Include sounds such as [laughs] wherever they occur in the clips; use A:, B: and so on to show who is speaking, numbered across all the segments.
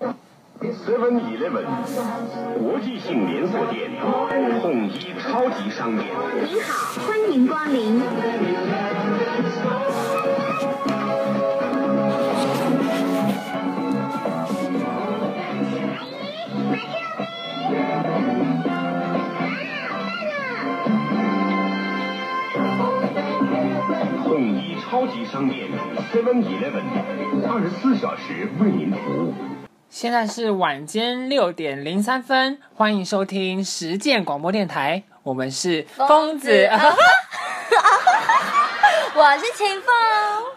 A: Seven Eleven 国际性连锁店，统一超级商店。
B: 你好，欢迎光临。
A: 统一超级商店 Seven Eleven，二十四小时为您服务。
C: 现在是晚间六点零三分，欢迎收听实践广播电台，我们是疯
D: [laughs]
C: 子，啊
D: 我是秦风。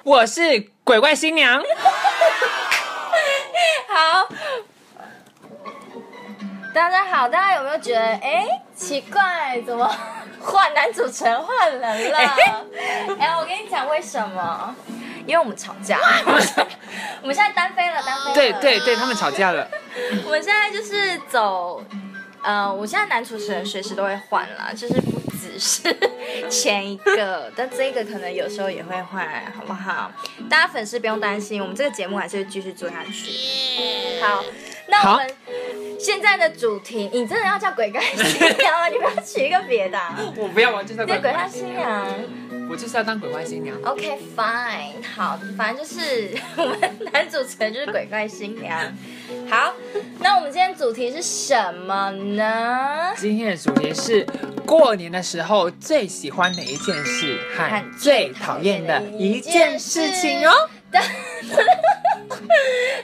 C: 我是鬼怪新娘。
D: 好，大家好，大家有没有觉得，哎，奇怪，怎么换男主持人换人 [laughs] 了？哎、我跟你讲为什么？因为我们吵架， [laughs] 我们现在单飞了，单飞了。
C: 对对对，他们吵架了。
D: 我们现在就是走，呃，我现在男主持人随时都会换啦，就是不只是前一个，但这个可能有时候也会换，好不好？大家粉丝不用担心，我们这个节目还是会继续做下去。好，那我们现在的主题，你真的要叫鬼怪新娘吗？你不要取一个别的、啊，
C: 我不要，我就是要
D: 叫
C: 当
D: 鬼啊怪新娘。
C: 我就是要当鬼怪新娘。
D: OK fine，好，反正就是 [laughs] 我们男主持人就是鬼怪新娘。好，那我们今天主题是什么呢？
C: 今天的主题是过年的时候最喜欢的一件事和最讨厌的一件事情哦。
D: 但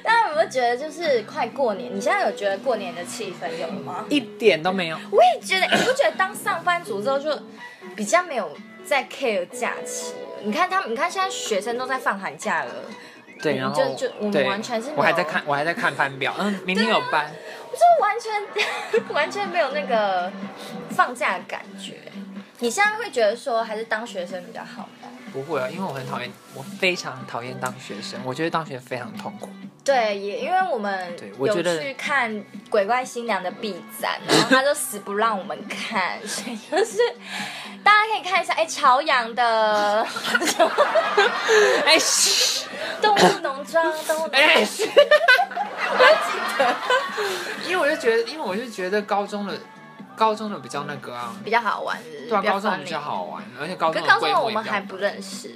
D: 大家有没有觉得就是快过年？你现在有觉得过年的气氛有了吗？
C: 一点都没有，
D: 我也觉得，你不觉得当上班族之后就比较没有在 care 假期了？你看他们，你看现在学生都在放寒假了，
C: 对，
D: 你
C: 然后
D: 就就我们
C: 对
D: 完全是没有
C: 我还在看，我还在看班表，嗯，明天有班，
D: 我就完全 [laughs] 完全没有那个放假的感觉。你现在会觉得说还是当学生比较好吧？
C: 不会啊，因为我很讨厌，我非常讨厌当学生，我觉得当学生非常痛苦。
D: 对，也因为我们
C: 对我觉
D: 有
C: 得
D: 去看《鬼怪新娘》的 B 展，然后他就死不让我们看，所以就是大家可以看一下，哎，朝阳的
C: 哎、嘘
D: 动物农庄，动物农庄，
C: 哎，嘘
D: 我还记得
C: 因为我就觉得，因为我就觉得高中的高中的比较那个啊，
D: 比较好玩，是不是
C: 对啊，高中的
D: funny
C: 比较。好玩，而且高
D: 可
C: 中
D: 是
C: 的
D: 高
C: 规
D: 中
C: 模
D: 我
C: 也
D: 们
C: 比
D: 还
C: 较
D: 不认识，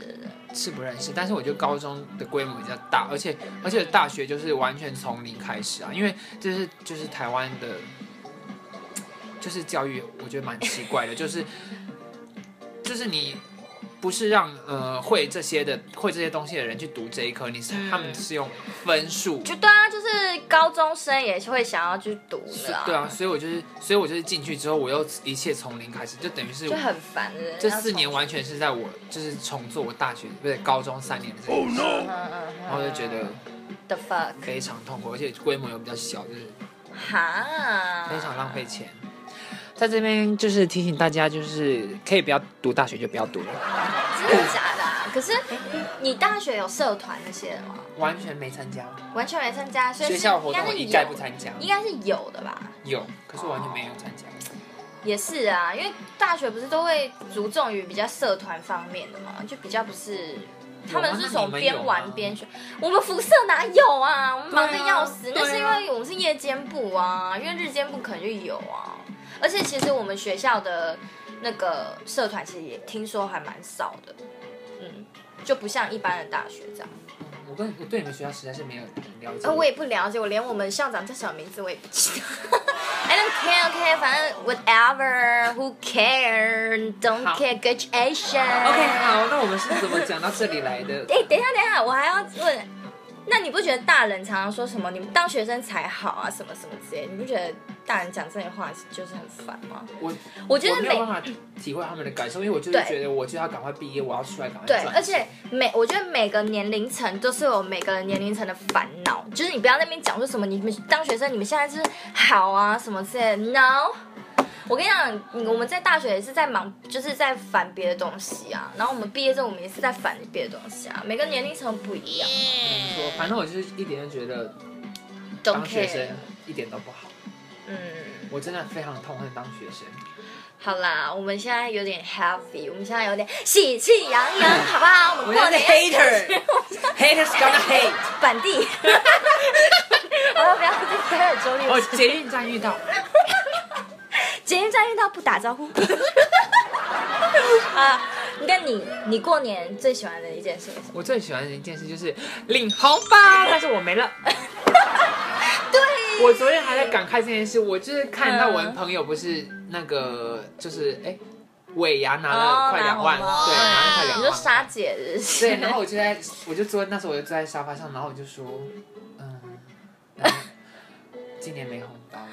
C: 是不认识，但是我觉得高中的规模比较大，而且而且大学就是完全从零开始啊，因为这是就是台湾的，就是教育，我觉得蛮奇怪的，就是就是你不是让呃会这些的会这些东西的人去读这一科，你是、他们是用分数。
D: 嗯就对啊，就是高中生也是会想要去读
C: 是
D: 的、啊，
C: 对啊，所以我就是，所以我就是进去之后，我又一切从零开始，就等于是
D: 就很烦的。
C: 这
D: 要
C: 四
D: 重
C: 年完全是在我就是重做我大学不是高中三年的这
A: Oh
C: 个，
D: 嗯嗯嗯，
C: 然后就觉得
D: the fuck
C: 非常痛苦，而且规模又比较小，就是
D: 哈，
C: 非常浪费钱。啊在这边就是提醒大家，就是可以不要读大学就不要读了，
D: 真的假的啊、可是你你大学有社团那些的吗？
C: 完全没参加
D: 完全没参加，所以
C: 学
D: 是
C: 校活动，
D: 应
C: 我
D: 该是
C: 一
D: 有
C: 概不参加。
D: 应该是有的吧？
C: 有，可是我完全没有参加。
D: 也是啊，因为大学不是都会着重于比较社团方面的嘛，就比较不是。
C: 啊
D: 他们是从边玩边学，我们辐射哪有啊？我们忙得要死，
C: 对啊
D: 那是因为我们是夜间部啊，因为日间部可能就有啊。而且其实我们学校的那个社团其实也听说还蛮少的，嗯，就不像一般的大学这样。
C: 我跟我对你们学校实在是没有了解。
D: 呃，我也不了解，我连我们校长叫什么名字我也不知道。I don't care, OK，反正 whatever, who care, don't
C: 好
D: care, good action。
C: OK，好，那我们是怎么讲到这里来 [laughs] 的？
D: 哎、等一下，等一下，我还要问，那你不觉得大人常常说什么你们当学生才好啊，什么什么之类？你不觉得大人讲这些话就是很烦吗？
C: 我
D: 我觉得
C: 我没
D: 每
C: 有办法体会他们的感受，因为我就是
D: 对
C: 觉得我就要赶快毕业，我要出来赶快
D: 对
C: 赚，钱
D: 而且每我觉得每个年龄层都是有每个年龄层的烦恼，就是你不要在那边讲说什么你们当学生你们现在就是好啊什么之类的，no。我跟你讲，嗯我们在大学也是在忙，就是在烦别的东西啊。然后我们毕业之后，我们也是在烦别的东西啊。每个年龄层不一样
C: 没错反正我就是一点就觉得
D: ，don't
C: 当学
D: care
C: 生。一点都不好，
D: 嗯，
C: 我真的非常痛恨当学生。
D: 好啦，我们现在有点 happy，我们现在有点喜气洋洋，好不好？我
C: 我
D: 们
C: 现
D: 过
C: 在
D: 年
C: [laughs] 是 hater，haters gonna hate。
D: [laughs] 板地，我要不要？周六
C: 哦，
D: 日
C: 捷运站遇到，
D: 捷运站遇到不打招呼。啊，那你你过年最喜欢的一件事是什么？
C: 我最喜欢的一件事就是领红包，但是我没了。
D: [laughs] 对，
C: 我昨天还在感慨这件事，我就是看到我的
D: 嗯
C: 朋友不是那个，就是哎，尾牙拿了快两万，
D: 哦拿红包
C: 对，拿了快两
D: 你
C: 万，
D: 说杀姐日 [laughs] 是
C: 对，然后我就在，我就坐，那时候我就坐在沙发上，然后我就说，嗯，嗯今年没红包了。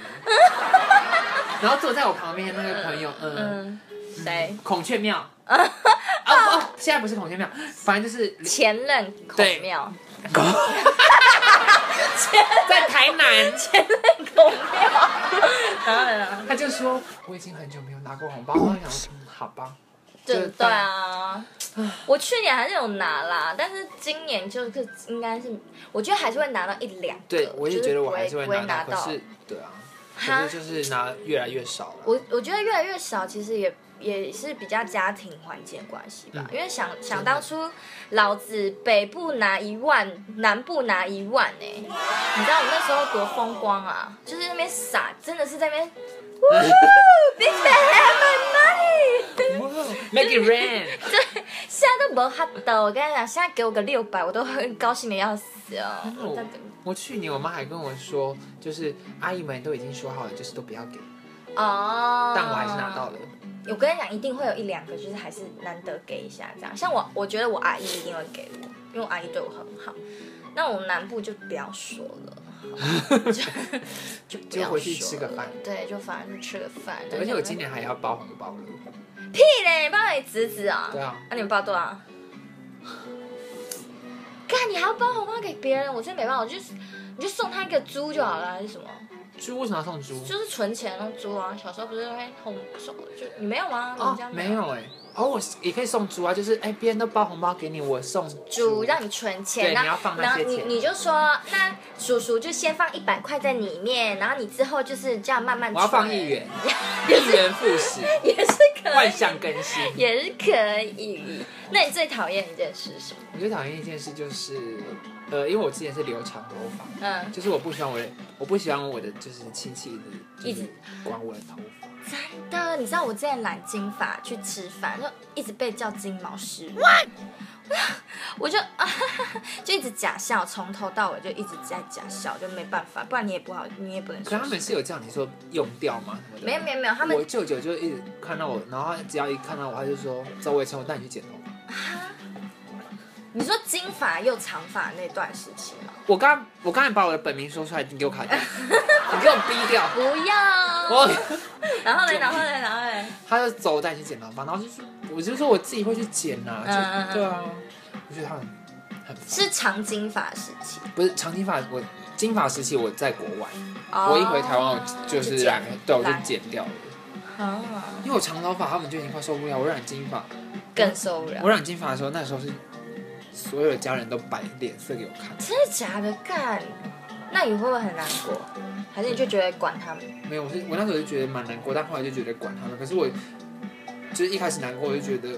C: [laughs] 然后坐在我旁边的那个朋友，嗯，
D: 嗯，谁？
C: 孔雀
D: [laughs]
C: 庙，啊不哦，现在不是孔雀庙，反正就是
D: 前任孔庙，
C: 在台
D: [laughs]
C: 南，
D: 前任孔庙。然后呢？
C: 他就说我已经很久没有拿过红包，然后我想说，嗯，好吧，
D: 对
C: 就
D: 对啊，我去年还是有拿啦，但是今年就是应该是，我觉得还是会拿到一两个。
C: 对我也
D: 就
C: 觉得
D: 不
C: 我还是
D: 会
C: 会
D: 不会
C: 拿
D: 拿
C: 到，可是对啊，可
D: 哈
C: 是就是拿越来越少了。
D: 我我觉得越来越少，其实也也是比较家庭环境关系吧。
C: 嗯
D: 因为想想
C: 的
D: 当初，老子北部拿一万，南部拿一万呢、你知道我那时候多风光啊！就是那边撒，真的是在那边，Big Bang have my money。
C: Make it rain，
D: 对，现在都没哈的。我跟你讲，现在给我个六百，我都很高兴的要死哦。
C: 我
D: 但
C: 我去年我妈还跟我说，就是阿姨们都已经说好了，就是都不要给，
D: 哦，
C: 但我还是拿到了。
D: 我跟你讲，一定会有一两个，就是还是难得给一下这样。像我，我觉得我阿姨一定会给我，因为我阿姨对我很好。那我南部就不要说了，好
C: [laughs]
D: 吧就就不要
C: 就回去吃个
D: 说了
C: 饭
D: 对，就反正就吃个饭。
C: 对而且我今年还要包红包了，
D: 屁嘞，你帮你侄子啊？
C: 对啊
D: 那、你们包多少？干，你还要包红包给别人，我真的没办法，我就是你就送他一个猪就好了，还是什么？
C: 猪为什么要送猪？
D: 就是存钱弄猪啊。小时候不是会红送，就你没有吗？你
C: 哦
D: 们家，
C: 没有哎、哦，我也可以送猪啊，就是哎，别人都包红包给你，我送
D: 主
C: 猪，
D: 让你存钱，
C: 对
D: 然
C: 你
D: 后
C: 要放那
D: 然后
C: 些
D: 你
C: 钱
D: 你就说，那叔叔就先放一百块在里面，然后你之后就是这样慢慢存。
C: 我要放一元，一元复始，
D: [laughs]
C: [laughs]
D: 也是可
C: 万
D: 以，
C: 象更 [laughs] 新。
D: 也是可以。那你最讨厌一件事是什么？
C: 我最讨厌一件事就是，呃，因为我之前是留长头发，
D: 嗯，
C: 就是我不喜欢我的，我不喜欢我的就是亲戚一
D: 一
C: 直就
D: 直
C: 是管我的头发。
D: 真的，你知道我之前染金发去吃饭，就一直被叫金毛狮王。 [laughs] 我就 [laughs] 啊，就一直假笑，从头到尾就一直在假笑，就没办法，不然你也不好，你也不能
C: 可
D: 说
C: 他们是有叫你说用掉吗？什么的
D: 没有没有没有，他们
C: 我舅舅就一直看到我，然后他只要一看到我，他就说：“周伟成，我带你去剪头发。
D: 你说金发又长发那段时期吗？”
C: 我刚我刚才把我的本名说出来，你给我卡
D: [laughs]
C: 掉，你给我逼掉。
D: 不要。
C: [laughs] 我
D: 然后嘞，然后嘞，然后嘞，
C: 他就走，我带你去剪头发，然后就说：“我就说我自己会去剪呐、
D: 嗯嗯
C: 就
D: 嗯
C: 对啊，我觉得他们很烦。
D: 是长金发时期。
C: 不是长金发，我金发时期我在国外，
D: 哦
C: 我一回台湾我就是染了，对，我就。
D: 剪
C: 剪掉了。
D: 啊，
C: 因为我长头发，他们就已经快受不了。我染金发，
D: 更受不了
C: 我。染金发的时候，那时候是所有的家人都摆脸色给我看。
D: 真的假的？干？那你会不会很难过？还是你就觉得管他们？
C: 没有，我是我那时候就觉得蛮难过，但后来就觉得管他们。可是我就是一开始难过，我就觉得，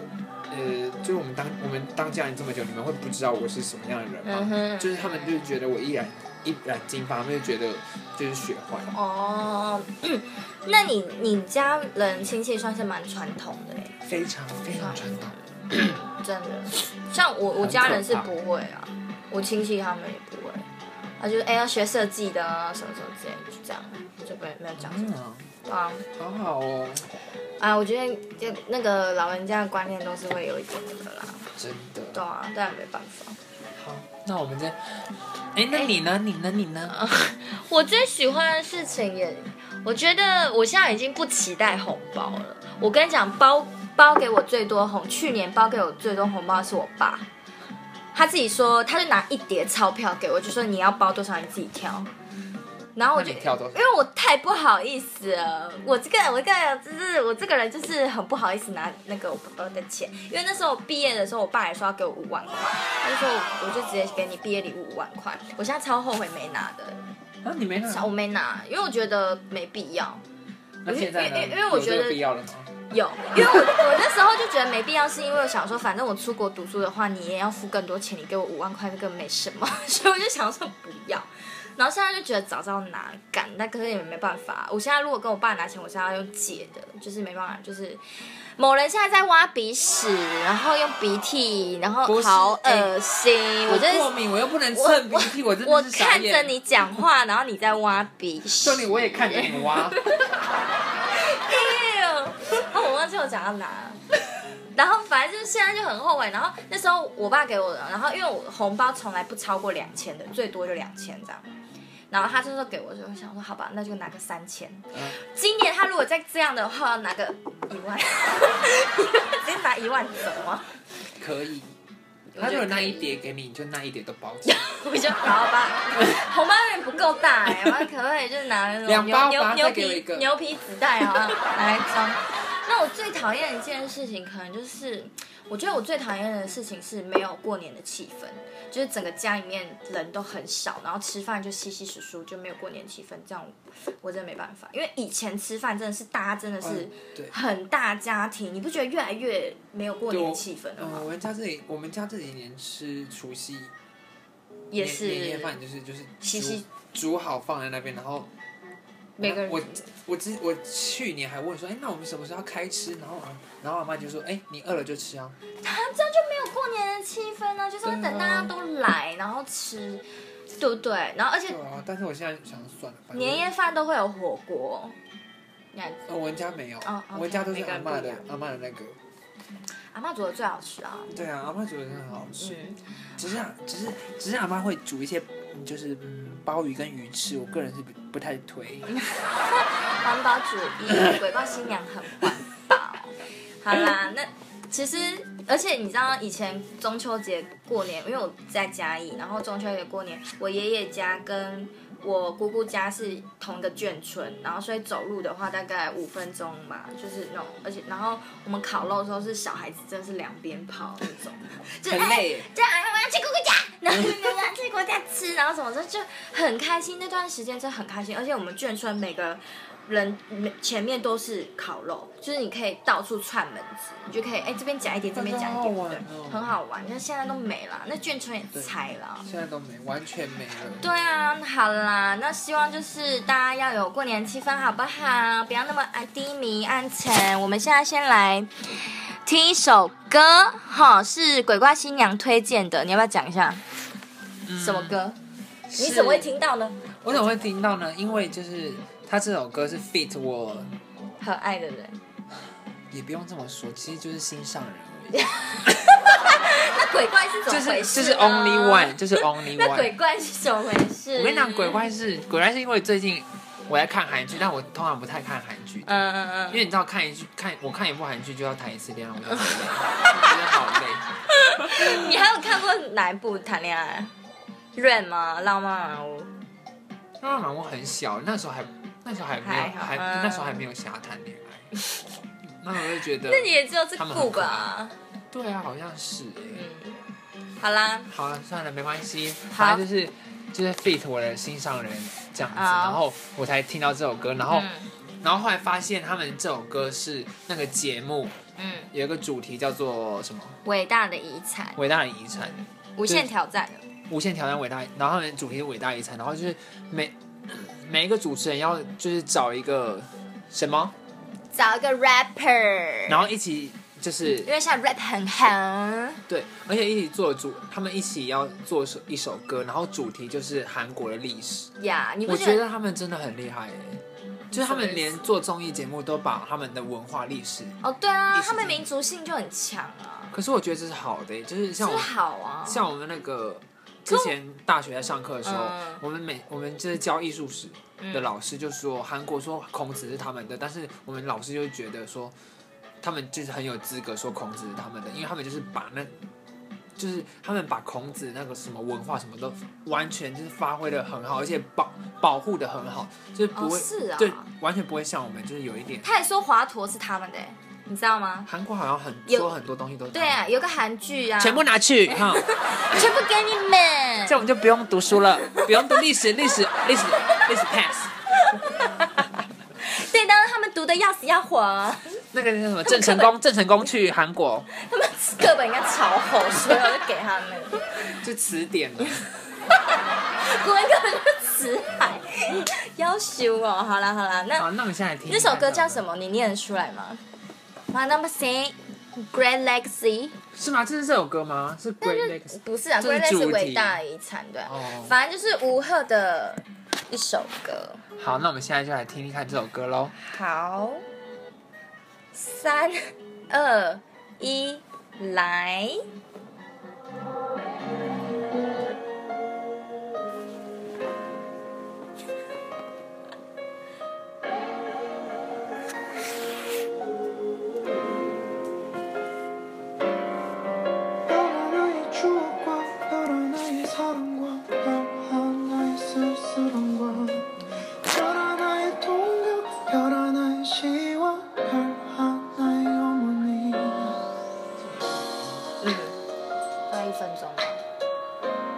C: 呃，就是我们当我们当家人这么久，你们会不知道我是什么样的人
D: 嗯
C: 吗？
D: 哼。
C: [laughs] 就是他们就觉得我一染一染金发，他们就觉得就是学坏。
D: 哦，嗯那你你家人亲戚算是蛮传统的嘞，
C: 非常非常传统。
D: 真的。像我我家人是
C: 很可
D: 不会啊，我亲戚他们也不会。他就是哎、要学设计的啊，什么什么之类的，就这样，就没没有讲什么。
C: 嗯，
D: 对啊，
C: 好好哦，
D: 啊，我觉得就那个老人家的观念都是会有一点那个啦，
C: 真
D: 对
C: 的。
D: 啊，但没办法。 [laughs]
C: 好，那我们这，哎，那你呢？你呢？你呢？
D: 我最喜欢的事情也，我觉得我现在已经不期待红包了。我跟你讲，包包给我最多红，去年包给我最多红包的是我爸，他自己说，他就拿一叠钞票给我，就说你要包多少你自己挑。然后我
C: 那
D: 就
C: 你跳多
D: 因
C: 少？
D: 为我太不好意思了，我这个我这个就是我这个人就是很不好意思拿那个我爸爸的钱，因为那时候我毕业的时候，我爸还说要给我五万块，他就说我我就直接给你毕业礼物五万块，我现在超后悔没拿的，
C: 啊，你没拿。
D: 我没拿，因为我觉得没必要。
C: 那现在
D: 因为
C: 呢？
D: 因为因为我
C: 有这
D: 觉
C: 个
D: 得
C: 必要了吗？
D: 有，因为我我那时候就觉得没必要，是因为我想说，反正我出国 [laughs] 读书的话，你也要付更多钱，你给我五万块，这个没什么，所以我就想说不要。然后现在就觉得早知道拿干，但可是也没办法。我现在如果跟我爸拿钱，我现在要用借的，就是没办法，就是某人现在在挖鼻屎，然后用鼻涕，然后
C: 不是
D: 好
C: 哎
D: 恶心，我
C: 我
D: 真
C: 过
D: 是
C: 敏，我又不能蹭鼻涕，我真
D: 我
C: 的是傻
D: 看着
C: 眼。
D: 你讲话，然后你在挖鼻屎
C: 就，你，我也看着
D: [laughs]
C: 你挖。
D: 然后我忘记我讲到哪了。然后反正就是现在就很后悔。然后那时候我爸给我的，然后因为我红包从来不超过两千的，最多就两千这样。然后他就说给我，就我想说好吧，那就拿个三千。
C: 嗯
D: 今年他如果再这样的话，拿个一万， [laughs] 直接拿一万走啊！
C: 可以。
D: 我
C: 他
D: 觉
C: 如果
D: 得
C: 那
D: 可
C: 一
D: 以，
C: 叠给你，你就那一叠都包起来。
D: [laughs]
C: [laughs]
D: 我就好吧，红包有点不够大哎、我我可不可以就是拿那种
C: 两
D: 牛
C: 包
D: 牛
C: 吧
D: 牛
C: 再给我一
D: 皮
C: 个
D: 牛皮纸袋好像拿来装？那我最讨厌的一件事情，可能就是我觉得我最讨厌的事情是没有过年的气氛，就是整个家里面人都很少，然后吃饭就稀稀疏疏，就没有过年气氛，这样我真的没办法。因为以前吃饭真的是大家真的是
C: 嗯对
D: 很大家庭，你不觉得越来越没有过
C: 对
D: 年
C: 我
D: 的气氛了
C: 呃，
D: 吗？
C: 我们家这里，我们家这几年吃除夕
D: 也
C: 年
D: 是
C: 年夜饭，就是就是
D: 稀
C: 煮
D: 稀
C: 煮好放在那边，然后
D: 每个人
C: 我我之我去年还问说，哎、那我们什么时候要开吃？然后我然后我妈就说，哎、你饿了就吃啊。
D: 啊，这样就没有过年的气氛呢、就是会
C: 对啊
D: 等大家都来，然后吃，对不对？然后而且
C: 对啊，但是我现在想算了，反正
D: 嗯年夜饭都会有火锅，你看
C: 呃，我们家没有，
D: 哦，OK，
C: 我们家都是
D: 每个
C: 阿
D: 人
C: 嬷
D: 不一
C: 的
D: 样
C: 阿嬷的那个。
D: 阿妈煮的最好吃啊。
C: 对啊，阿嬷煮的真的很好吃，
D: 嗯，
C: 只是啊只是只是阿嬷会煮一些嗯就是嗯鲍鱼跟鱼翅，我个人是不不太推。
D: 环保主义，鬼怪新娘很环保。好啦，那其实而且你知道以前中秋节过年，因为我在嘉义，然后中秋节过年，我爷爷家跟我姑姑家是同一个眷村，然后所以走路的话大概五分钟吧，就是那种，而且然后我们烤肉的时候是小孩子真的是两边跑那种，就
C: 很累耶
D: 哎这样哎我要去姑姑家，然后我要去姑姑家吃，然后什么的就很开心，那段时间真的很开心，而且我们眷村每个。人前面都是烤肉，就是你可以到处串门子，你就可以哎、这边夹一点，这边夹一
C: 好
D: 点，
C: 好玩
D: 对
C: 哦，
D: 很好玩。但现在都没了，那眷村也
C: 对
D: 拆了。
C: 现在都没，完全没了。
D: 对啊，好啦，那希望就是大家要有过年气氛，好不好？不要那么啊低迷暗沉。我们现在先来听一首歌，哈，是鬼怪新娘推荐的，你要不要讲一下、
C: 嗯
D: 什么歌？你怎么会听到呢？
C: 我怎么会听到呢？因为就是他这首歌是 fit 我，
D: 可爱的人，
C: 也不用这么说，其实就是心上人而已，
D: 那鬼怪 [laughs] 是怎
C: 就
D: 么回
C: 是
D: 事
C: 就
D: 啊呢？
C: 是 only one，就是
D: [laughs]
C: only
D: 那鬼
C: one。
D: 怪是怎么回事？
C: 我跟你讲，鬼怪是鬼怪是因为最近我在看韩剧，但我通常不太看韩剧，
D: 嗯，嗯嗯
C: 因
D: 嗯， [laughs]
C: 为你知道看一句看我看一部韩剧就要谈一次 [laughs] 恋爱，我就好累，真的好累。
D: 你还有看过哪一部谈恋爱？Rain 吗？浪漫满屋？
C: 那好像我很小，那时候还那时候还没
D: 还
C: 有
D: 好
C: 还
D: 嗯
C: 那时候还没有想要谈恋
D: [laughs]
C: 爱，那我就觉得
D: 那你也只有这
C: 他们很
D: 部
C: 可爱
D: 吧？
C: 对啊，好像是哎。
D: 嗯，好啦，
C: 好了，算了，没关系，
D: 好
C: 反正就是就是 fit 我的心上人这样子，
D: 好
C: 然后我才听到这首歌，然后、
D: 嗯
C: 然后后来发现他们这首歌是那个节目
D: 嗯，
C: 有一个主题叫做什么
D: 伟大的遗产，
C: “伟大的遗产
D: 无限挑战，
C: 无限挑战伟大”，然后他们主题是“伟大遗产”，然后就是每每一个主持人要就是找一个什么，
D: 找一个 rapper，
C: 然后一起就是
D: 因为现在 rap 很红，
C: 对，而且一起做主，他们一起要做首一首歌，然后主题就是韩国的历史。
D: 呀、你不
C: 我
D: 觉
C: 觉
D: 得？
C: 得他们真的很厉害耶，就是他
D: 什么
C: 们
D: 意
C: 连做综艺节目都把他们的文化历史。
D: 哦，对啊，
C: 意思
D: 他们
C: 是
D: 民族性就很强啊，
C: 可是我觉得这是好的耶，欸就是
D: 是
C: 像
D: 不
C: 我
D: 是好啊？
C: 像我们那个之前大学在上课的时候
D: 嗯，
C: 我们每我们就是教艺术史的
D: 嗯
C: 老师就说韩国说孔子是他们的，但是我们老师就觉得说他们就是很有资格说孔子是他们的，因为他们就是把那。就是他们把孔子那个什么文化什么都完全就是发挥的很好，而且保保护的很好，就是不会、
D: 哦是啊
C: 对，完全不会像我们就是有一点
D: 他也说华佗是他们的、你知道吗？
C: 韩国好像很
D: 有
C: 说很多东西都是
D: 对
C: 他
D: 啊，
C: 们
D: 有个韩剧啊，
C: 的，全部拿去哈。
D: 全部给你们
C: 这样我们就不用读书
D: [laughs]
C: 了，不用读历史，历史，历史，历史 pass。
D: 对，当然他们读的要死要活，
C: 那个叫什么郑成
D: [laughs]
C: 功，郑成功去韩国
D: 他们课本应该超厚，所以我就给他们。
C: 就词典了。
D: 国文课本就是词死海，要修哦。好啦好啦，
C: [laughs] 好，
D: 那
C: 那我们现在听
D: 这首歌叫
C: 么？
D: 什么？你念得出来吗？My 啊 number six, Great Legacy。
C: 是吗？这是这首歌吗？是 Great Lakes。
D: 不是啊，
C: 这是
D: 归类是
C: 主题
D: 伟大遗产，对啊、
C: 哦
D: 反正就是吴赫的一首歌。
C: 好，那我们现在就来听听看这首歌喽。
D: 好，三二一，来。
E: 너란 나의 추억과 너란 나의 사랑과 너란 나의 쓸쓸함과 너란 나의 동력 너란 나의 시와 너란 나의 어머니
D: 嗯，那一分钟吧。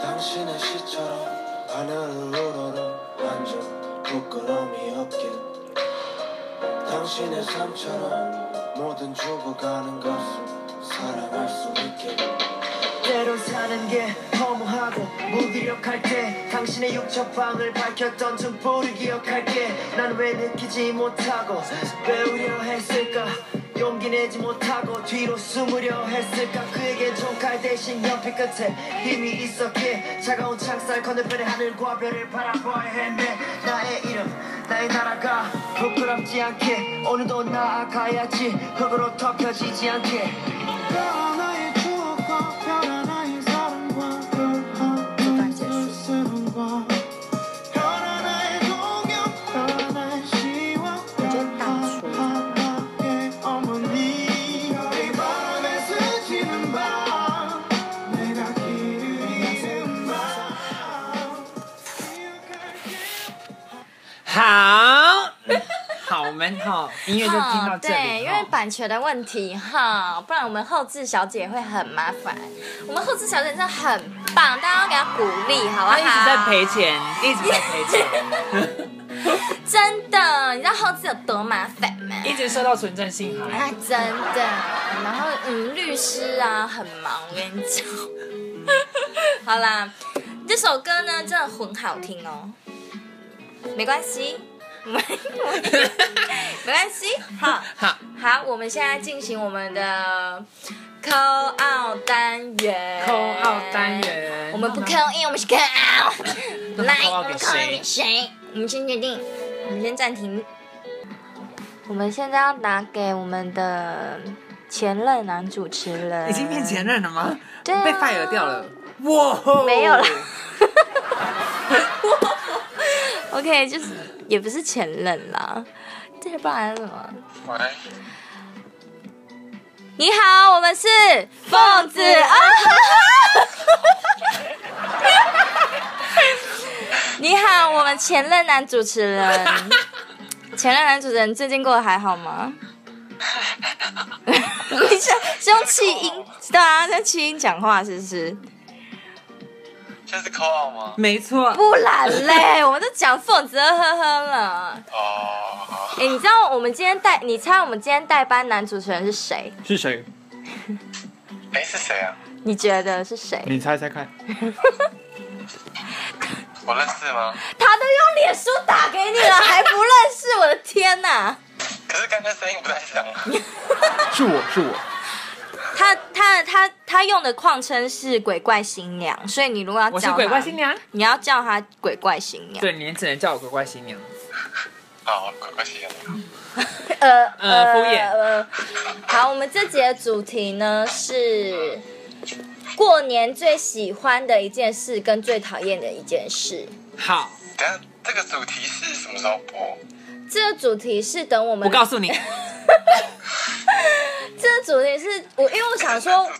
E: 당신의 시처럼 하늘을 우러러 앉아 부끄러움이 없길 당신의 삶처럼 모든 죽어가는 것을 사랑할 수 있길
F: 때론 사는 게 허무하고 무기력할 때 당신의 육첩방을 밝혔던 등불을 기억할게 난 왜 느끼지 못하고 배우려 했을까 용기 내지 못하고 뒤로 숨으려 했을까 그에겐 종칼 대신 연필 끝에 힘이 있었기에 차가운 창살 건너편의 하늘과 별을 바라보아 헤매 나의 이름 나의 나라가 부끄럽지 않게 오늘도 나아가야지 흙으로 덮여지지 않게
E: 별한 그러니까 나의 추억과 별한 나의 사랑과 그 별한 나의 쓸쓸함과 별한 나의 동경 별한 나의 시와 별한 나의 어머니 너의 바람에 스치는 밤 내가 길을 잃은 밤 기억할게
C: 好， [laughs] 好，我们好，音乐就听到这
D: 哦对，
C: 里。
D: 因为
C: 哈
D: 版权的问题哈，不然我们后置小姐会很麻烦。我们后置小姐真的很棒，大家要给她鼓励，好不好？
C: 他一直在赔钱，一直在赔
D: [laughs]
C: 钱，
D: 真的，你知道后置有多麻烦吗？
C: 一直收到纯正信函。
D: 啊，真的。然后，嗯，律师啊，很忙，我跟你讲。好啦，这首歌呢真的很好听哦。没关系，我们我们没关系。好，
C: 好，
D: 好，我们现在进行我们的扣奥单元。
C: 扣奥单。元，
D: 我们不扣因，我们是 [laughs] 扣奥。
C: 那
D: 来，
C: 扣
D: 我
C: 奥给
D: 们扣奥
C: 谁
D: 给谁？我们先决定，我们先暂停。我们现在要拿给我们的前任男主持人。
C: 已经变前任了吗？
D: 对啊
C: 被 fire 掉了。哇，
D: 没有了。OK，就是 [laughs] 也不是前任啦，这不然什么？你好，我们是凤子啊！你好，我们前任男主持人，前任男主持人最近过得还好吗？你是是用气音，对啊，在气音讲话是不是？
G: 这是 call out 吗？
C: 没错，
D: 不然嘞，我们都讲凤子呵呵了。
G: 哦，好，
D: 哎、你知道我们今天带，你猜我们今天代班男主持人是谁？
H: 是谁？
G: 哎，是谁啊？
D: 你觉得是谁？
H: 你猜猜看。
G: 我认识吗？
D: 他都用脸书打给你了，还不认识？我的天哪！
G: 可是刚刚声音不太像啊。
H: 是我是我，
D: 他他他他用的矿称是鬼怪新娘，所以你如果要叫
C: 我是
D: 他
C: 鬼怪新，娘。
D: 你要叫他鬼怪新娘。
C: 对，你只能叫我鬼怪新娘。
I: 哦
G: 好，快快谢谢你。
D: 呃
C: 呃敷衍
D: 呃。好，我们这节的主题呢是过年最喜欢的一件事跟最讨厌的一件事。
C: 好，
G: 等一下这个主题是什么时候播？
D: 这个主题是等我们
C: 我，告诉你，
D: 这个主题是我，因为我想说。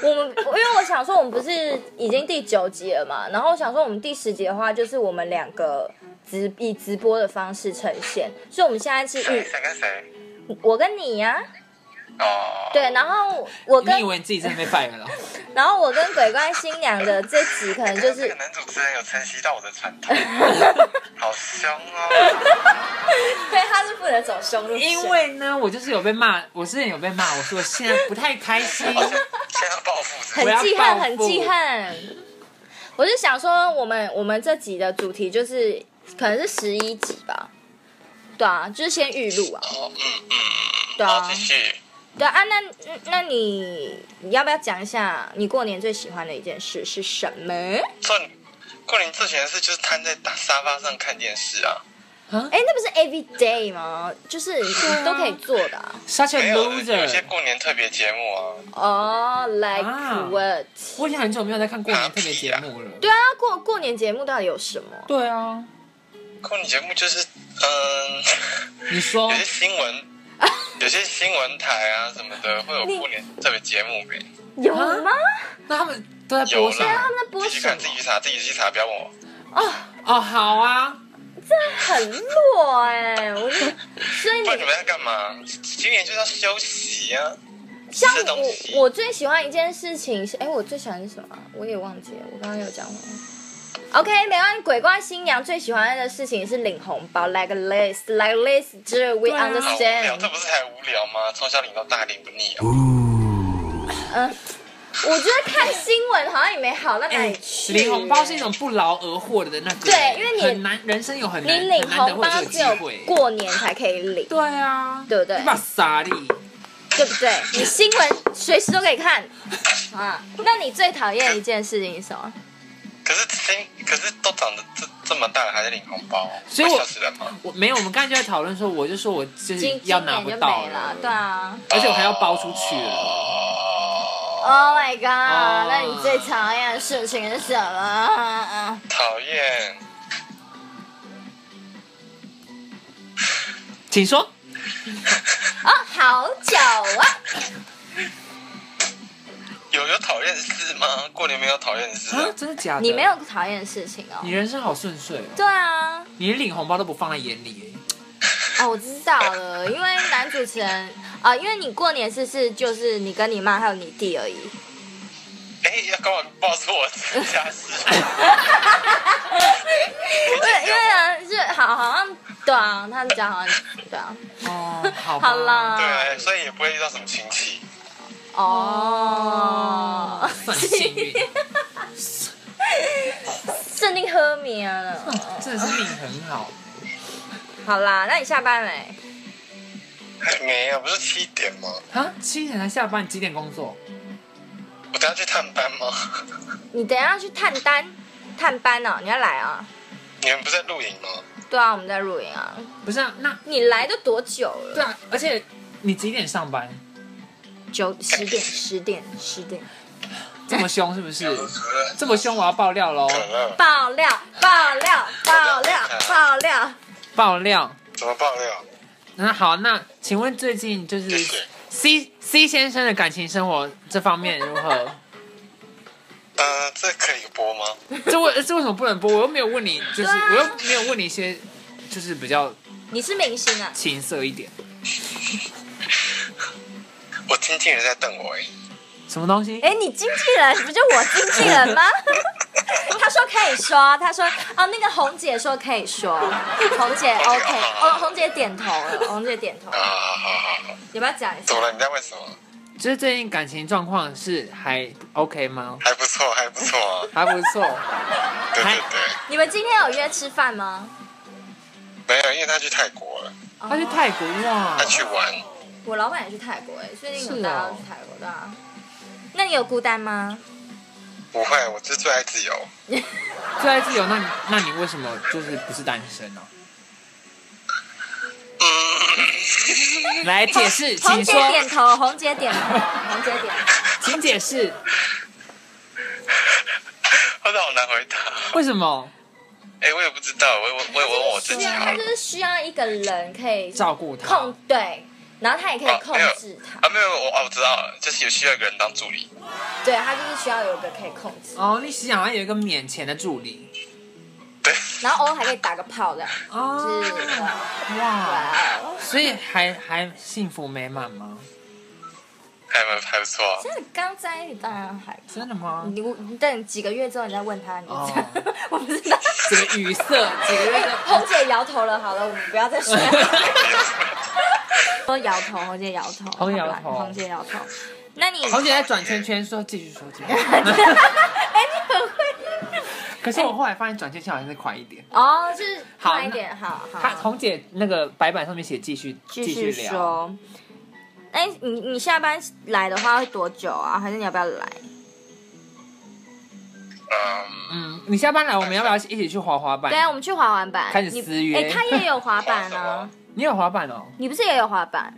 D: 我们因为我想说，我们不是已经第九集了嘛，然后我想说，我们第十集的话，就是我们两个直以直播的方式呈现，所以我们现在是
G: 谁
D: 预
G: 谁跟谁？
D: 我跟你呀、啊
G: 哦，
D: 对，然后我跟
I: 哦
D: [laughs]
C: 你以为你自己真的被 fire 了？
D: 然后我跟鬼怪新娘的这集可能就
I: 这
D: 是
I: 个男主持人有承袭到我的传
D: [laughs]
I: 统，好凶哦！
D: 对，他是负责走凶路线，
C: 因为呢，我就是有被骂，我之前有被骂，我说我现在不太开心。
D: [laughs] 哎
I: 现在要报复
D: 很
I: 这
C: 我要
D: 记
C: 报
D: 恨，
C: 复
D: 很记恨。我是想说，我们我们这集的主题就是可能是十一集吧，对啊，就是先预录啊，
I: 哦，嗯嗯，
D: 对
I: 好，
D: 啊
I: 继，续。
D: 对啊，那嗯那你你要不要讲一下你过年最喜欢的一件事是什么？哎，
I: 做过年最喜欢的事就是瘫在大沙发上看电视啊，
D: 那不是 every day 吗？就是都可以做的啊、
C: Such
I: 没
C: a
I: 有有些
C: loser，
I: 过年特别节目啊，
D: 哦、l i k
C: 啊
D: e what？
C: 我已经很久没有在看过年特别节目了。
D: 对啊，过过年节目到底有什么？
C: 对啊，
I: 过年节目就是嗯，
C: 你说
D: 哦
I: 有
D: 哎
I: 些新闻，
D: [laughs]
I: 有些新闻台啊什么的会有过年特别节目呗。
D: 有
C: 啊
D: 吗？
C: 那他们都在播
I: 有
C: 什
I: 啦
C: 么？
D: 他们在播
I: 自己
D: 什
I: 看
D: 么
I: 自己？去查，自己去查，不要问我。
C: 哦，好啊，
D: 很弱哎、我就所以
I: 不哦然你
D: 你
I: 们在干嘛？今年就是要休息啊，
D: 像
I: 吃东西。
D: 我，我最喜欢一件事情是，哎、我最喜欢是什么啊？我也忘记了，我刚刚有讲完吗。OK，没关系。鬼怪新娘最喜欢的事情是领红包，like a list, like a list，只有 we
C: 对啊
I: 好无聊，这
D: understand。
I: 不是才无聊吗？从小领到大领不腻
C: 嗯
I: 啊。
D: 我觉得看新闻好像也没好到哪里去。
C: 哎领红包是一种不劳而获的那个，
D: 哎对因为你
C: 很难，人生有很
D: 你
C: 难
D: 领
C: 很难得
D: 红
C: 会
D: 包
C: 这个
D: 只
C: 机
D: 有
C: 会。
D: 过年才可以领，
C: 对啊，
D: 对不对
C: 你把傻力，
D: 对不对？你新闻随时都可以
C: [laughs]
D: 看啊。那你最讨厌一件事情是什么？
I: 可是新，可是都长得这这么大了，还在领红包，哦
C: 所以
I: 会
C: 我
I: 笑死人吗？
C: 我没有，我们刚才就在讨论说，我就说我就是
D: 今今
C: 要拿
D: 年
C: 不
D: 就
C: 到
D: 没了，对啊。
C: 而且我还要包出去了。
D: Oh my god！、
C: 哦
D: 那你最讨厌的事情是什啊么？
I: 讨厌，
C: 请说，
D: 哦，好久啊！
I: 有有讨厌的事吗？过年没有讨厌的事
C: 啊
I: 啊，
C: 真的假的？
D: 你没有讨厌的事情哦
C: 你。人生好顺遂哦，
D: 对啊，
C: 你连领红包都不放在眼里
D: 哦，我知道了，因为男主持人啊、因为你过年是是就是你跟你妈还有你弟而已。
I: 哎、要跟我报出我自家事。
D: [laughs] 因为因为啊，是好好像对啊，他们讲好像对啊，
C: 哎。 [laughs] 哦，好吧
D: 好。啦。
I: 对，所以也不会遇到什么亲戚。
D: 哦，
C: 算幸运，
D: 圣定喝米了。
C: 真的是命很 [laughs] 好。
D: 好啦，那你下班没？
I: 还没有，不是七点吗？
C: 啊，七点才下班，你几点工作？
I: 我等下去探班吗？ [laughs]
D: 你等一下去探单探班哦，你要来啊、
I: 你们不是在露营吗？
D: 对啊，我们在露营啊。
C: 不是啊，那
D: 你来都多久
C: 对
D: 了？
C: 啊，而且你几点上班？
D: 九十点，十点，十点。
C: 这么凶是不是？
I: 可
D: 嗯
I: 乐，
C: 这么凶，我要爆料喽！
I: 可乐，
D: 爆料，爆料，爆料，爆料。
C: 爆料。
I: 怎么爆料？
C: 那好，那请问最近就是 C C 先生的感情生活这方面如
D: [laughs]
C: 何？
I: 呃，这可以播吗？
C: 这为这为什么不能播？我又没有问你，就是、
D: 对啊
C: 我又没有问你一些，就是比较
D: 你是明星啊？
C: 青涩一点
I: 我经纪人在瞪我哎、
C: 什么东西。
D: 哎，你经纪人不就我经纪人吗？他说可以说，他说哦，那个红姐说可以说，红姐 OK，哦，红姐点头了，红姐点头，
I: 啊，好好好好，
D: 要不要讲一下
I: 怎？么了？你在问什么？
C: 就是最近感情状况是还 OK 吗？
I: 还不错，还不错啊。
C: 还不错。
D: [laughs]
I: 对
C: 还
I: 对对，
D: 你们今天有约吃饭吗？
I: 没有，因为他去泰国了，
C: 他去泰国哇
I: 他，去玩。
D: 我老板也去泰国哎、最近有
C: 是
D: 大家
C: 哦
D: 都去泰国对啊。那你有孤单吗？
I: 不会，我是最爱自由。
C: 最爱自由。那你那你为什么就是不是单身呢、
D: 嗯
C: 来解释，
D: 红
C: 请
D: 姐
C: 说，
D: 点头，红姐点头，红姐点头。
C: 请解释
I: 他让我难回答。
C: 为什么
I: 哎、我也不知道，我我我也问我自己好
D: 他
I: 了
D: 就。是需要一个人可以
C: 照顾他
D: 控？对，然后他也可以控制他，
I: 啊啊，没有，我哦，我知道了，就是有需要一个人当助理。
D: 对他就是需要有一个可以控制，
C: 哦，你想要有一个免钱的助理
I: 对，
D: 然后偶尔还可以打个炮的，就
C: 哦，
D: 是
C: 哇，
D: 哇哦
C: 所以还还幸福美满吗？
G: 还蛮还不错啊。
D: 真的刚在一起当然还
C: 真的吗？
D: 你你等几个月之后你再问他，你就
C: 哦
D: 知道 [laughs] 我不知道。
C: 整个语塞，整个
D: 哎
C: 那个
D: 红姐摇头了，好了，我们不
C: [laughs]
D: 要再说了。都摇头，红姐摇头，
C: 红姐摇头
D: 好不好红姐摇头。那你
C: 红姐在转圈圈，说继续说
D: [laughs]
C: 继续说。
D: 哎
C: 可是我后来发现转圈圈好像是快一点。
D: 哦，就是
C: 好
D: 快一点，好
C: 她
D: 好，
C: 红姐那个白板上面写继续
D: 哎继
C: 续
D: 续
C: 聊，
D: 说。哎，你你下班来的话会多久啊？还是你要不要来？
G: 嗯，
C: 嗯，你下班来我们要不要一起去滑滑板
D: 对？啊，我们去滑滑板。
C: 开始
D: 你
C: 私约
D: 哎，他也有滑板
G: 滑什
D: 啊
C: [laughs]
G: 么，
C: 你有滑板哦？
D: 你不是也有滑板？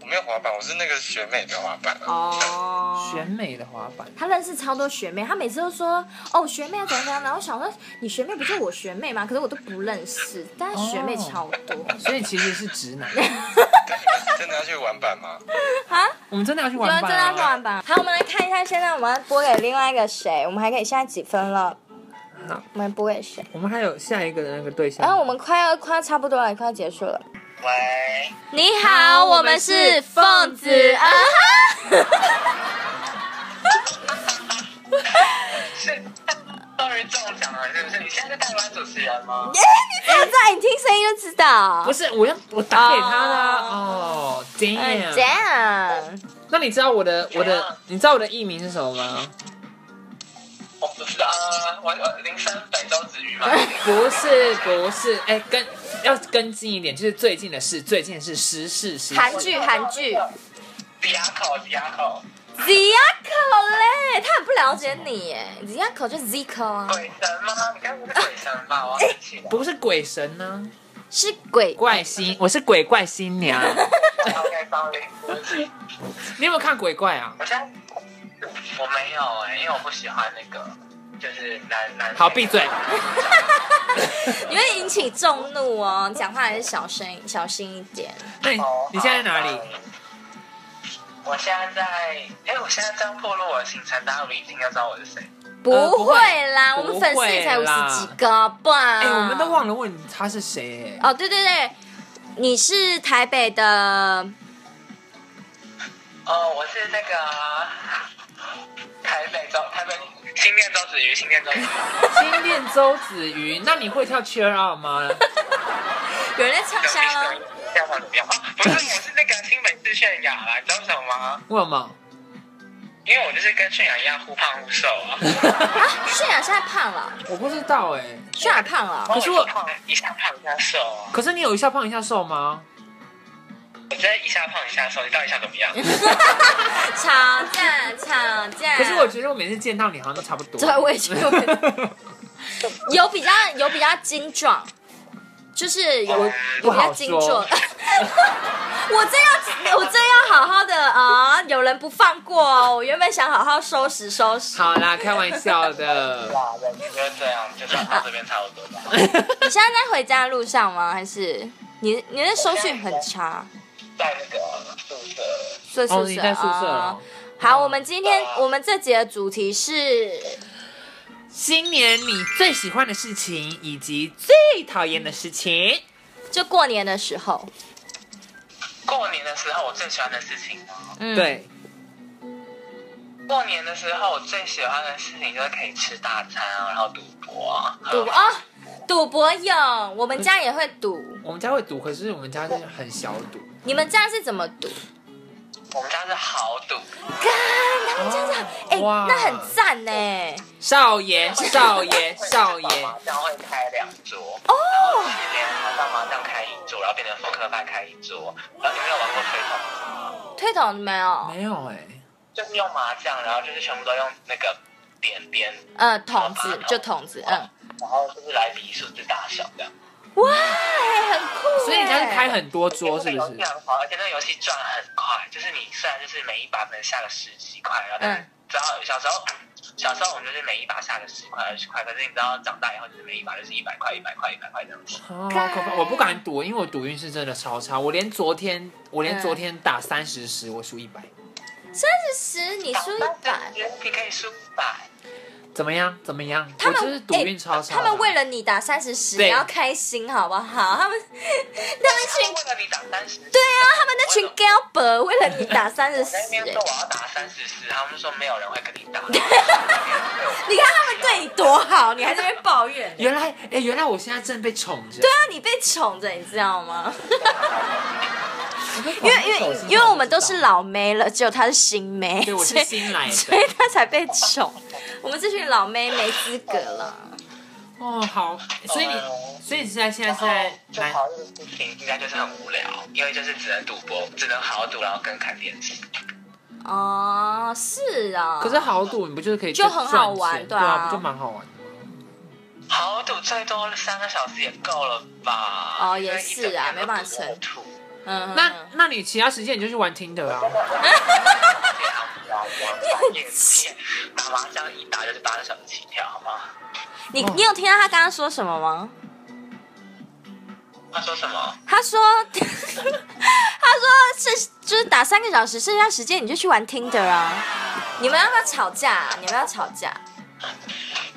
G: 我没有滑板，我是那个学妹的滑板啊。
D: 哦，
C: 选美的滑板，
D: 他认识超多学妹，他每次都说哦学妹要怎样怎样，然后我想说你学妹不就我学妹吗？可是我都不认识，但是学妹超多。
C: 所以其实是直男。
G: 但你们真的要去玩板吗？
C: 我们真的要去
D: 有
C: 玩
D: 人
C: 板
D: 真的要去
C: 啊？
D: 玩吧？好，我们来看一下，现在我们要拨给另外一个谁？我们还可以现在几分了？
C: 好
D: 我们拨给谁？
C: 我们还有下一个的那个对象。
D: 啊然后我们快要快要差不多了，快要结束了。
G: 喂，
D: 你
C: 好我们是
D: 凤子啊
G: 是终于中奖了，是不是？你现在是台湾主持人吗？
D: 耶！你这样子，你听声音就知道。
C: 不
D: 是，
C: 是，我要我打给他啦。
D: 啊
C: 哦
D: 哎
C: ，damn！
D: 这样。
C: 那你知道我的我
G: 怎
C: 的
G: 样
C: 你知道我的艺名是什么
D: [laughs]
C: 吗？
G: 我不知道，呃我我林森北周子瑜吗？
C: 不是不是，哎、跟要跟进一点，就是最近的事，最近的是时事时事。
D: 韩剧韩剧
G: 迪亚口，迪亚口，
D: Zico 嘞，他很不了解你耶，Zico 就 Zico 啊，
G: 鬼神吗？你看不是鬼神
D: 哎
G: 吧？我生气了。
C: 不是鬼神呢、
D: 是鬼
C: 怪新，我是鬼怪新
D: [laughs]
C: 娘。
G: OK sorry，
C: 你有没有看鬼怪啊？
G: 我现在我没有哎、因为我不喜欢那个，就是男男。
C: 好，闭嘴。
D: 你会引起众怒哦，讲话还是小声小心一点。
C: 那你
G: 哦
C: [laughs]
G: 嗯
C: 你现在在哪里？？
G: 我现在在，哎、我现在这样暴露我的行程，大家一定要知道我是谁。
D: 不
C: 不会
D: 会啦，我
C: 呃
D: 们
C: 不
D: 粉丝
C: 会
D: 也才五
C: 啦
D: 十几个，好不好？
C: 哎、
D: 哎
C: 我们都忘了问他是谁、哎
D: 哦，对对对，你是台北的
G: 哦，我是那个 [laughs] 台北周台北新店周子瑜，新店周
C: [laughs]
G: 子瑜。
C: 新恋周子瑜，那你会跳 Cheer Up 吗？
D: 有人在畅销吗？
G: 要放怎么样？啊不是，我是那个新北市泫雅啦，你知道为什么吗？
C: 为什 [laughs]
D: [laughs]
C: 么？
G: 因为我就是跟泫雅一样忽胖忽瘦啊。
D: 啊，泫雅现在胖了，
C: 我不知道哎、
D: 泫雅胖了，
C: 可是我
G: 一胖一下胖一下瘦啊，
C: 可是你有一下胖一下瘦吗？
G: 我真的一下胖一下瘦，你到底想
C: [laughs]
G: 怎么样？
D: 吵架吵架。
C: 可是我觉得我每次见到你好像都差不多。
D: 对我也觉得我每有比较有比较精壮，就是有
G: 我
D: 有
C: 哦不
D: 比较
C: 好
D: 精
C: 说
D: 壮。 [laughs] 我真要我真要好好的啊、有人不放过哦。我原本想好好收拾收
C: [laughs] [laughs]
D: 拾，
C: 好啦，开玩笑的。
G: 哇，人就是这样，就算到这边差不多
C: [laughs]
G: 吧。
D: 你现在在回家的路上吗？还是你你的收讯很差？
G: 在那个宿舍，
D: 在
C: 哦，
D: 宿
C: 你
D: 舍
C: 在宿舍
D: 啊
C: 哦。
D: 好，我们今天
G: 哦
D: 我们这节的主题是
C: 新年你最喜欢的事情以及最讨厌的事情，
D: 就过年的时候，
G: 过年的时候我最喜欢的事情吗？
D: 嗯，，
C: 对，
G: 过年的时候我最喜欢的事情就是可以吃大餐啊，然后赌博啊。
D: 赌博哦，赌博有，我们家也会赌。
C: 我们家会赌，可是我们家是很小赌，
D: 你们家是怎么赌？
G: 我们家是豪赌，
D: 干，他们家是哎、
C: 哇
D: 那很赞呢。
C: 少爷，少爷，
G: [laughs]
C: 少爷，
G: 麻将会开两桌哦，今天麻将麻将开一桌，然后变成扑克牌开一桌。然后你们有玩过吹筒吗？
D: 推筒没有？
C: 没有哎、
G: 就是用麻将，然后就是全部都用那个点点，
D: 呃，筒子就筒子，嗯。
G: 然后就是来比数字大小这样。
D: 哇，哎很酷哎。
C: 所以你家是开很多桌是
G: 那
C: 不
G: 个游
C: 是
G: 戏？很好，而且那个游戏赚很快，就是你虽然就是每一把可能下个十几块，然后但是
D: 嗯
G: 只要小时候。小时候我们就是每一把下个十块二十块，可是你知道长大以后就是每一把就是一百块一百块一百块这样子。
C: 哦好可怕！我不敢赌，因为我赌运是真的超差。我连昨天，我
D: 嗯
C: 连昨天打三十十，我输一百。
D: 三十十，你输一百，
G: 你可以输一百，
C: 怎么样？怎么样？
D: 他们
C: 我就是赌运超
D: 欸
C: 差、
D: 他们为了你打三十十，
C: 对
D: 你要开心好不好？他们他们
G: 他们
D: 群
G: 为了你打三十，
D: 对啊，他们那群 g a l b e r 为了你打三十
G: 我
D: 十
G: 在，那边说
D: 欸
G: 我要打三十四，他们说没有人会跟你
D: [laughs]
G: 打。
D: 你看他们对你多好，你还在那边抱怨。
C: 原来，哎、原来我现在正被宠着。
D: 对啊，你被宠着，你知道吗？
C: 因
D: 因为因为因为我们都是，老妹了，只有她是新妹，
C: 对，我是
D: 所以
C: 新来
D: 所
C: 的。
D: 以她才被宠。我们这群老妹没资格了。
C: 哦，好，所以你，所以你现在现在
G: 然
C: 是
G: 后
C: 在
G: 就
C: 南
G: 好这个事情应该就是很无聊，因为就是只能赌博，只能好好赌，然后跟看电视。
D: 哦，是啊。
C: 可是豪赌你不就是可以
D: 就很好玩
C: 赚钱对
D: 对啊
C: 不就蛮好玩的吗？
G: 好好赌最多三个小时也够了吧？
D: 哦也是啊
G: 因为一整天都
D: 没办法撑
G: 不够
D: [laughs]
G: 吐
D: 嗯，嗯，
C: 那那你其他时间你就去玩听的啊，
G: 夜店打麻将一打就是八个小时起跳，好吗？
D: 嗯你你有听到她刚刚说什么吗？
G: 他说什么？
D: 她说， [laughs] 她说是就是打三个小时，剩下时间你就去玩 Tinder 啊。你们要不要吵架、啊？你们要吵架？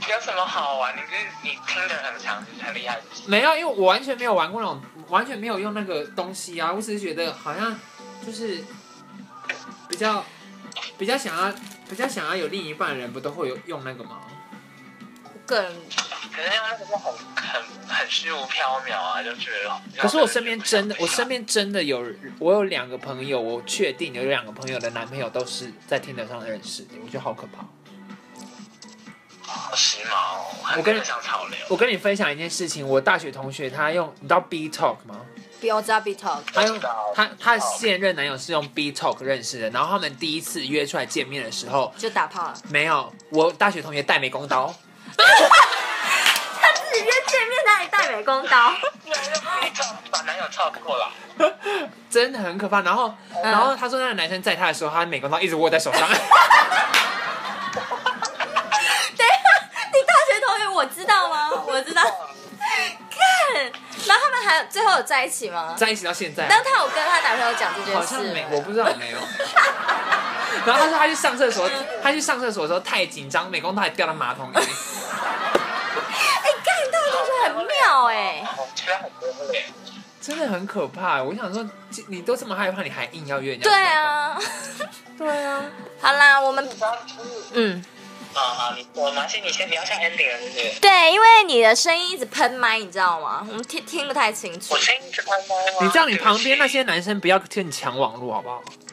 G: 有什么好玩？你是你听得很长，很厉害，是
C: 没有，因为我完全没有玩过那种，完全没有用那个东西啊，我只是觉得好像就是比较比较想要比较想要有另一半的人，不都会有用那个吗？
D: 我个人
G: 不是可是那个就很很很虚无缥缈啊，就觉得。
C: 可是我身边真的，我身边真的有，我有两个朋友，我确定有两个朋友的男朋友都是在听得上认识的，我觉得好可怕。
G: 好时髦哦，
C: 我
G: 很
C: 跟
G: 跟得上潮流。
C: 我跟你分享一件事情，我大学同学他用，你知道 B Talk 吗？
D: 不要知道 B talk。
C: 他用
G: 知道
C: 他他的
G: 知道
C: 现任男友是用 B Talk 认识的，然后他们第一次约出来见面的时候，
D: 就打炮了。
C: 没有，我大学同学带美工刀，
D: 他自己约见面哪里带美工刀？
G: 你怎么把男友跳过来？
C: 真的很可怕。然后
G: 嗯
C: 然后他说那个男生在他的时候，他美工刀一直握在手
G: [laughs]
C: 上，
D: 等一下，你大学同学我知道
C: [laughs]
D: 吗？我知道。看，然后他们还最后有在一起吗？
C: 在一起到现在啊。
D: 那他有跟他男朋友讲这件
C: 好像
D: 事
C: 没
D: 吗，？
C: 我不知道有 [laughs] 没有。然后他说他去上厕所，他去上厕所的时候太紧张，美工刀还掉到马
D: [laughs]
C: 桶里。
D: 哎，看你大学同学很妙哎、
G: 我觉得很丢脸。
C: 真的很可怕。我想说，这你都这么害怕，你还硬要约人家？
D: 对，啊，
C: [laughs] 对啊。
D: 好啦，我们
G: 你知道就是
D: 嗯，
G: 啊啊，你我麻信你先，你要下 ending 了是不是？
D: 对，因为你的声音一直喷麦，你知道吗？我们听听不太清楚
G: 我。声音一直关麦吗？
C: 你叫你旁边那
G: 啊对
C: 些男生不要跟你抢网络好不好？
G: 不起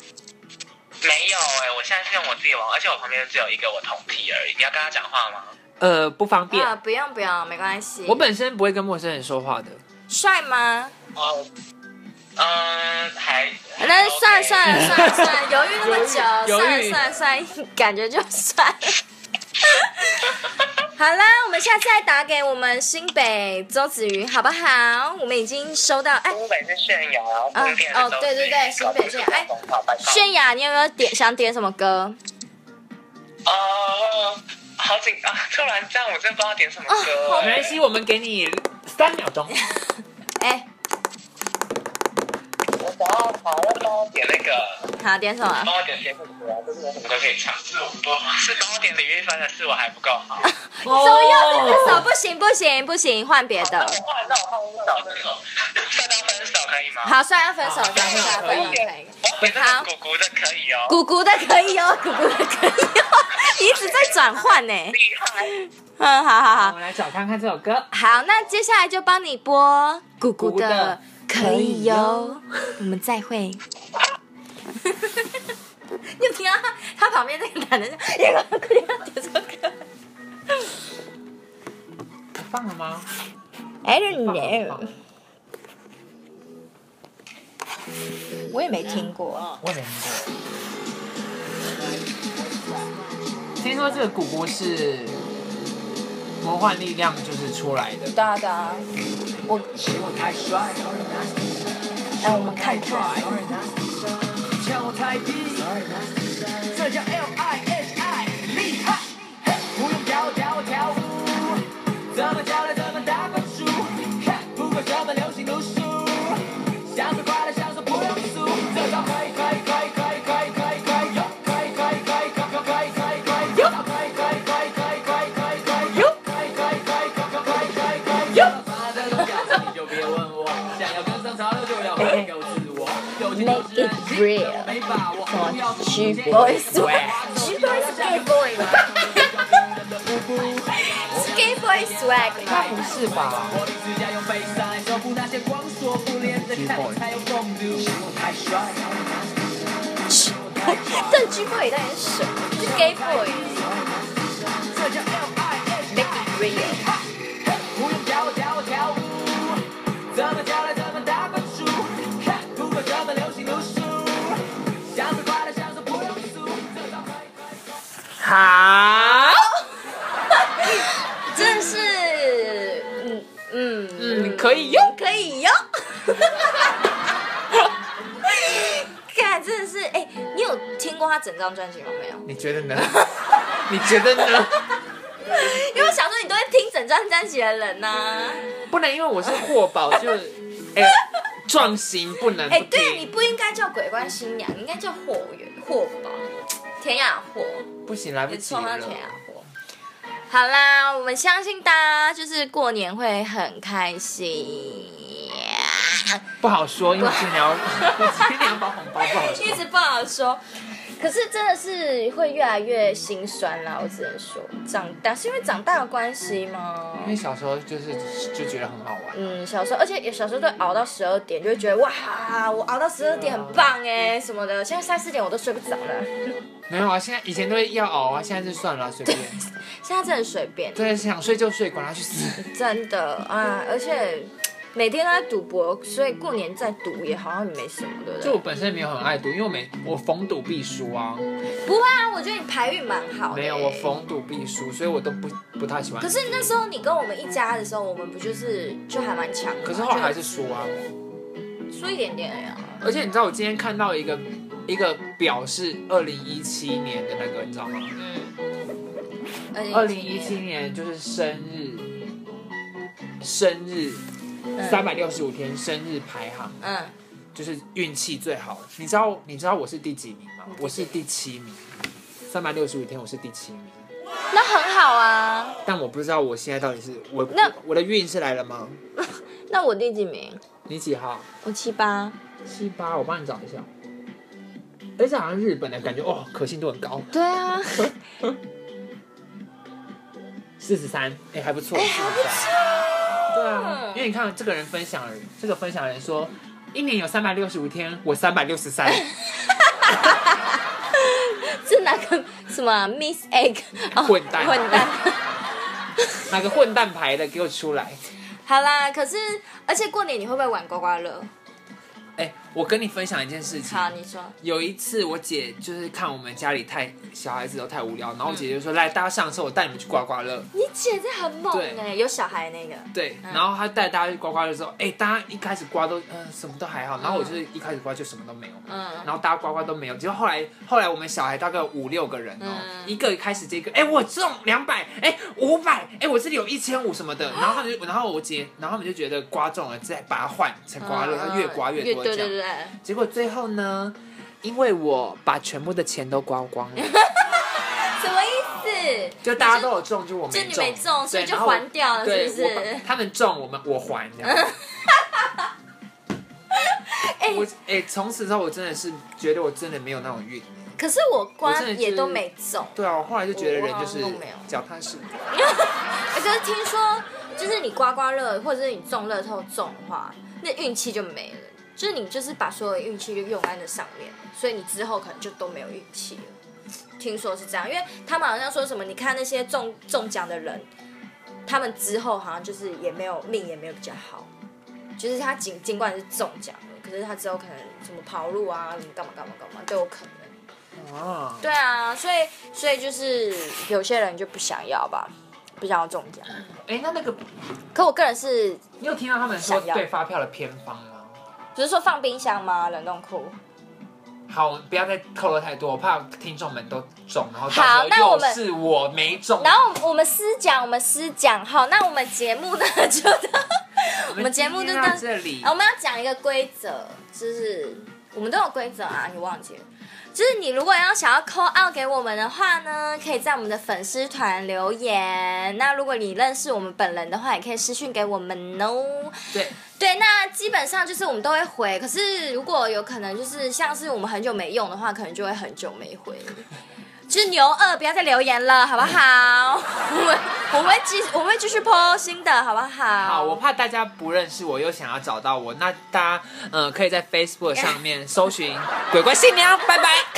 G: 没有哎、我现在是用我自己网，而且我旁边只有一个我同梯而已。你要跟他讲话吗？
C: 呃，不方便。
D: 啊，不用不用，没关系。
C: 我本身不会跟陌生人说话的。
D: 帅吗？
G: 哦，嗯，还
D: 那算了算了算了算
C: [laughs]
D: 了，犹豫那么久，
C: 犹
D: 算
C: 豫
D: 了算了算了，感觉就算 [laughs] 了。好啦，我们下次再打给我们新北周子瑜，好不好？我们已经收到，哎，
G: 东北是炫耀，然
D: 啊
G: 后新北
D: 哦对对对新北炫耀哎泫雅，你有没有点想点什么歌？
G: 哦，好紧啊！突然这样，我真的不知道点什么
D: 哦
G: 歌、
C: 没关系，我们给你三秒
D: [laughs]
C: 钟。
D: 哎，
G: 我想要好要帮我点那个，
D: 好，点什么？
G: 帮我点谁不歌啊？就是有什么歌可以唱。是我是帮我点李玉芬的，是我还不够好。
C: 左
D: 左右这首不行不行不行，换别的。
G: 我换，那我换分手分手，算到分手可以吗？
D: 好，算了，分手，
C: 好
D: 算了，算了，分手，
C: 可以
D: 可以。
G: 我那个鼓鼓的可以哦。
D: 姑姑的可以哦，姑姑的可以哦，你一直在转换呢。
G: 厉害，
D: 嗯，好好好
C: 哦我。们来找看看这首歌。
D: 好，那接下来就帮你播姑
C: 姑
D: 姑
C: 的
D: 的，可
C: 可
D: 以哟。我们再会。 [laughs] 你有听到他他旁边那个男的就 [laughs] 也给我点这首歌？
C: 放了吗？
D: 哎，是你
C: 放了放了
D: 我也没听过。
C: 我也没听过。听说这个鼓鼓是魔幻力量就是出来的，
D: 对啊对啊，我哎，我们看看。
F: 叫我太低，这叫 L I H I 厉害，不用教我教我跳舞，怎么教来怎么打关注，看不管什么流行读书，享受快乐享受不庸俗，这招可以可以可以可以可以可以可以有，可以可以可以可以可以可以可以可以有，可以可以可以可以可以可以。
D: 了，什么 G boys，G boys gay boy 吗？是 gay boy swag 吗？
C: 不是吧？
D: 但 G boy 到底是什么？是 gay boy。Make it real。
C: 好，
D: [laughs] 这是，嗯嗯
C: 嗯，可以用。
D: 可以哟。看，真的是哎、你有听过他整张专辑吗？没有，
C: 你觉得呢？ [laughs] 你觉得呢？
D: 因为我想说你都会听整张专辑的人呐、 [laughs]
C: 不能因为我是货宝就，哎、壮行不能
D: 哎、
C: 不
D: 对，你
C: 听，
D: 不应该叫鬼怪新娘，你应该叫霍元霍吧，田雅霍，
C: 不行，来不
D: 你
C: 及
D: 创
C: 了
D: 上。田雅霍。好啦，我们相信大家就是过年会很开心。
C: 不好说，因为今 [laughs] 年要今年要包红包不好
D: [laughs] 一
C: 说。
D: 直不好说。可是真的是会越来越心酸啦，我只能说，长大是因为长大的关系吗
C: 因？为小时候就是就觉得很好玩，
D: 嗯，小时候，而且小时候都熬到十二点，就会觉得哇，我熬到十二点很棒哎什么的。现在三四点我都睡不着了，
C: 没有啊，现在以前都会要熬啊，现在就算了啊，随 [laughs] 便，
D: 现在真的随便，
C: 对，想睡就睡，管他去死。
D: 真的啊！而且每天都在赌博，所以过年再赌也好像也没什么，对不
C: 就
D: 对
C: 我？本身没有很爱赌，因为我每我逢赌必输啊，
D: 不会啊，我觉得你牌运蛮好的、欸
C: 没有我逢赌必输，所以我都不不太喜欢
D: 可。是那时候你跟我们一家的时候，我们不就是就还蛮强的吗？
C: 可是后来还
D: 就是
C: 输啊，
D: 输一点点而已啊。
C: 而且你知道我今天看到一个一个表是二零一七年的那个，你知道吗？
D: 嗯，哎
C: 二零一七年就是生日，生日三百六十五天生日排行，
D: 嗯，
C: 就是运气最好。你知道你知道我是第几名吗？我是第七名，三百六十五天我是第七名，
D: 那很好啊。
C: 但我不知道我现在到底是我
D: 那
C: 我的运是来了吗？
D: 那我第几名？
C: 你几号？
D: 我七八。
C: 七八，我帮你找一下。而且好像日本的感觉哦，可信度很高，
D: 对啊， [laughs]
C: 四十三，哎，还不错，四十三。对啊，因为你看这个人分享人，这个分享人说，一年有三百六十五天，我三百六十 [laughs] 三，
D: 是哪个什么啊 Miss Egg？哦
C: 混蛋
D: 混蛋。 [laughs]
C: 哪个混蛋牌的给我出来？
D: 好啦，可是而且过年你会不会玩刮刮乐？
C: 哎，我跟你分享一件事情。
D: 好，你说。
C: 有一次，我姐就是看我们家里太小孩子都太无聊，然后我姐就说：“来，大家上车，我带你们去刮刮乐。
D: 你姐这很猛
C: 对
D: 哎、有小孩那个。”
C: 对，
D: 嗯
C: 然后她带大家去刮刮乐之后，哎，大家一开始刮都嗯、什么都还好，然后我就是一开始刮就什么都没有，
D: 嗯，
C: 然后大家刮刮都没有，结果后来后来我们小孩大概有五六个人哦，
D: 嗯
C: 一个开始接一个，哎、我中两百，哎五百，哎我这里有一千五什么的，
D: 啊
C: 然后他们就然后我姐，然后他们就觉得刮中了再把它换成刮乐，要越刮越多这
D: 嗯对
C: 样，
D: 对对对，
C: 结果最后呢，因为我把全部的钱都刮光
D: [laughs]
C: 了，
D: 什么意思？
C: 就大家都有中，就我没
D: 就
C: 中，
D: 你没中所以
C: 对
D: 就
C: 然后我
D: 还掉了
C: 对
D: 是不是
C: 我把他们中，我们我还这
D: [laughs]
C: 样。我哎，从、此之后我真的是觉得我真的没有那种运。
D: 可是我刮
C: 我真的
D: 也
C: 是
D: 都没中。
C: 对啊，我后来就觉得人就是
D: 我我好像都没有
C: 脚踏实地。
D: 欸可是听说，就是你刮刮乐，或者是你中乐透中的话，那运气就没了，就是你就是把所有的运气就用在那上面，所以你之后可能就都没有运气了。听说是这样，因为他们好像说什么，你看那些中中奖的人，他们之后好像就是也没有命，也没有比较好，就是他尽尽管是中奖了，可是他之后可能什么跑路啊，什么干嘛干嘛干嘛都有可能。
C: 啊，
D: 对啊，所以所以就是有些人就不想要吧，不想要中奖。
C: 哎、那那个
D: 可我个人是，
C: 你有听到他们说
D: 想要
C: 对发票的偏方吗？
D: 不是说放冰箱吗？冷冻库。
C: 好，我们不要再透露太多，我怕听众们都中，然后
D: 好
C: 到时
D: 那
C: 候
D: 我
C: 又
D: 们
C: 是我没中。
D: 然后我们私讲，我们私讲哈。那我们节目呢就到，
C: 我
D: 我们节目
C: 今
D: 就
C: 天
D: 到
C: 到这里
D: 啊。我们要讲一个规则，就是我们都有规则啊，你忘记了。就是你如果要想要扣 out 给我们的话呢，可以在我们的粉丝团留言。那如果你认识我们本人的话，也可以私讯给我们哦。
C: 对，
D: 对，那基本上就是我们都会回，可是如果有可能就是像是我们很久没用的话，可能就会很久没回。就是牛二，不要再留言了，好不好？ [laughs] 我们我们会继我们会继续剖新的，好不好？
C: 好，我怕大家不认识我，又想要找到我，那大家嗯、呃可以在 Facebook 上面搜寻“鬼怪新娘”，拜拜。